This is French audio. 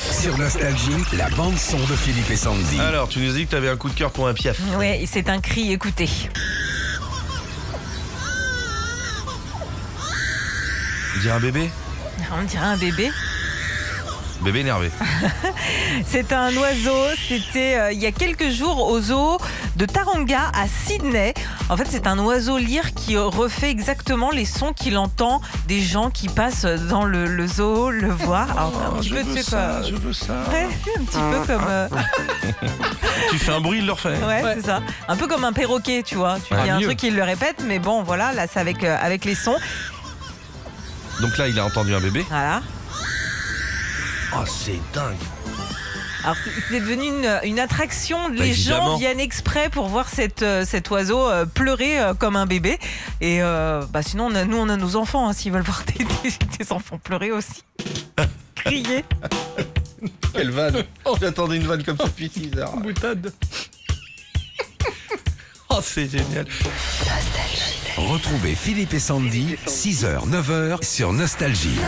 Sur Nostalgie, la bande-son de Philippe et Sandy. Alors, tu nous dis que tu avais un coup de cœur pour un piaf. Ouais, c'est un cri, écoutez. Il dit un bébé On dirait un bébé. Bébé énervé. C'est un oiseau. C'était euh, il y a quelques jours au zoo de Taranga à Sydney. En fait, c'est un oiseau lyre qui refait exactement les sons qu'il entend des gens qui passent dans le, le zoo le voir. Alors, un petit peu, tu sais, pas- veux ça. Ouais, un petit Ah. peu comme. euh, Tu fais un bruit, il le refait. Ouais, c'est ça. Un peu comme un perroquet, tu vois. Tu Ah, dis un mieux. truc, il le répète, mais bon, voilà, là, c'est avec, euh, avec les sons. Donc là, il a entendu un bébé. Voilà. Oh, c'est dingue. Alors, c'est- c'est devenu une, une attraction. Les évidemment. gens viennent exprès pour voir cette, euh, cet oiseau euh, pleurer euh, comme un bébé. Et euh, bah, sinon, on a- nous, on a nos enfants. hein, S'ils veulent voir des, des- des enfants pleurer aussi. Crier. Quelle vanne. J'attendais une vanne comme ça depuis 6 heures. Boutade. Oh, c'est génial. Retrouvez Philippe et Sandy, 6h, 9h, sur Nostalgie.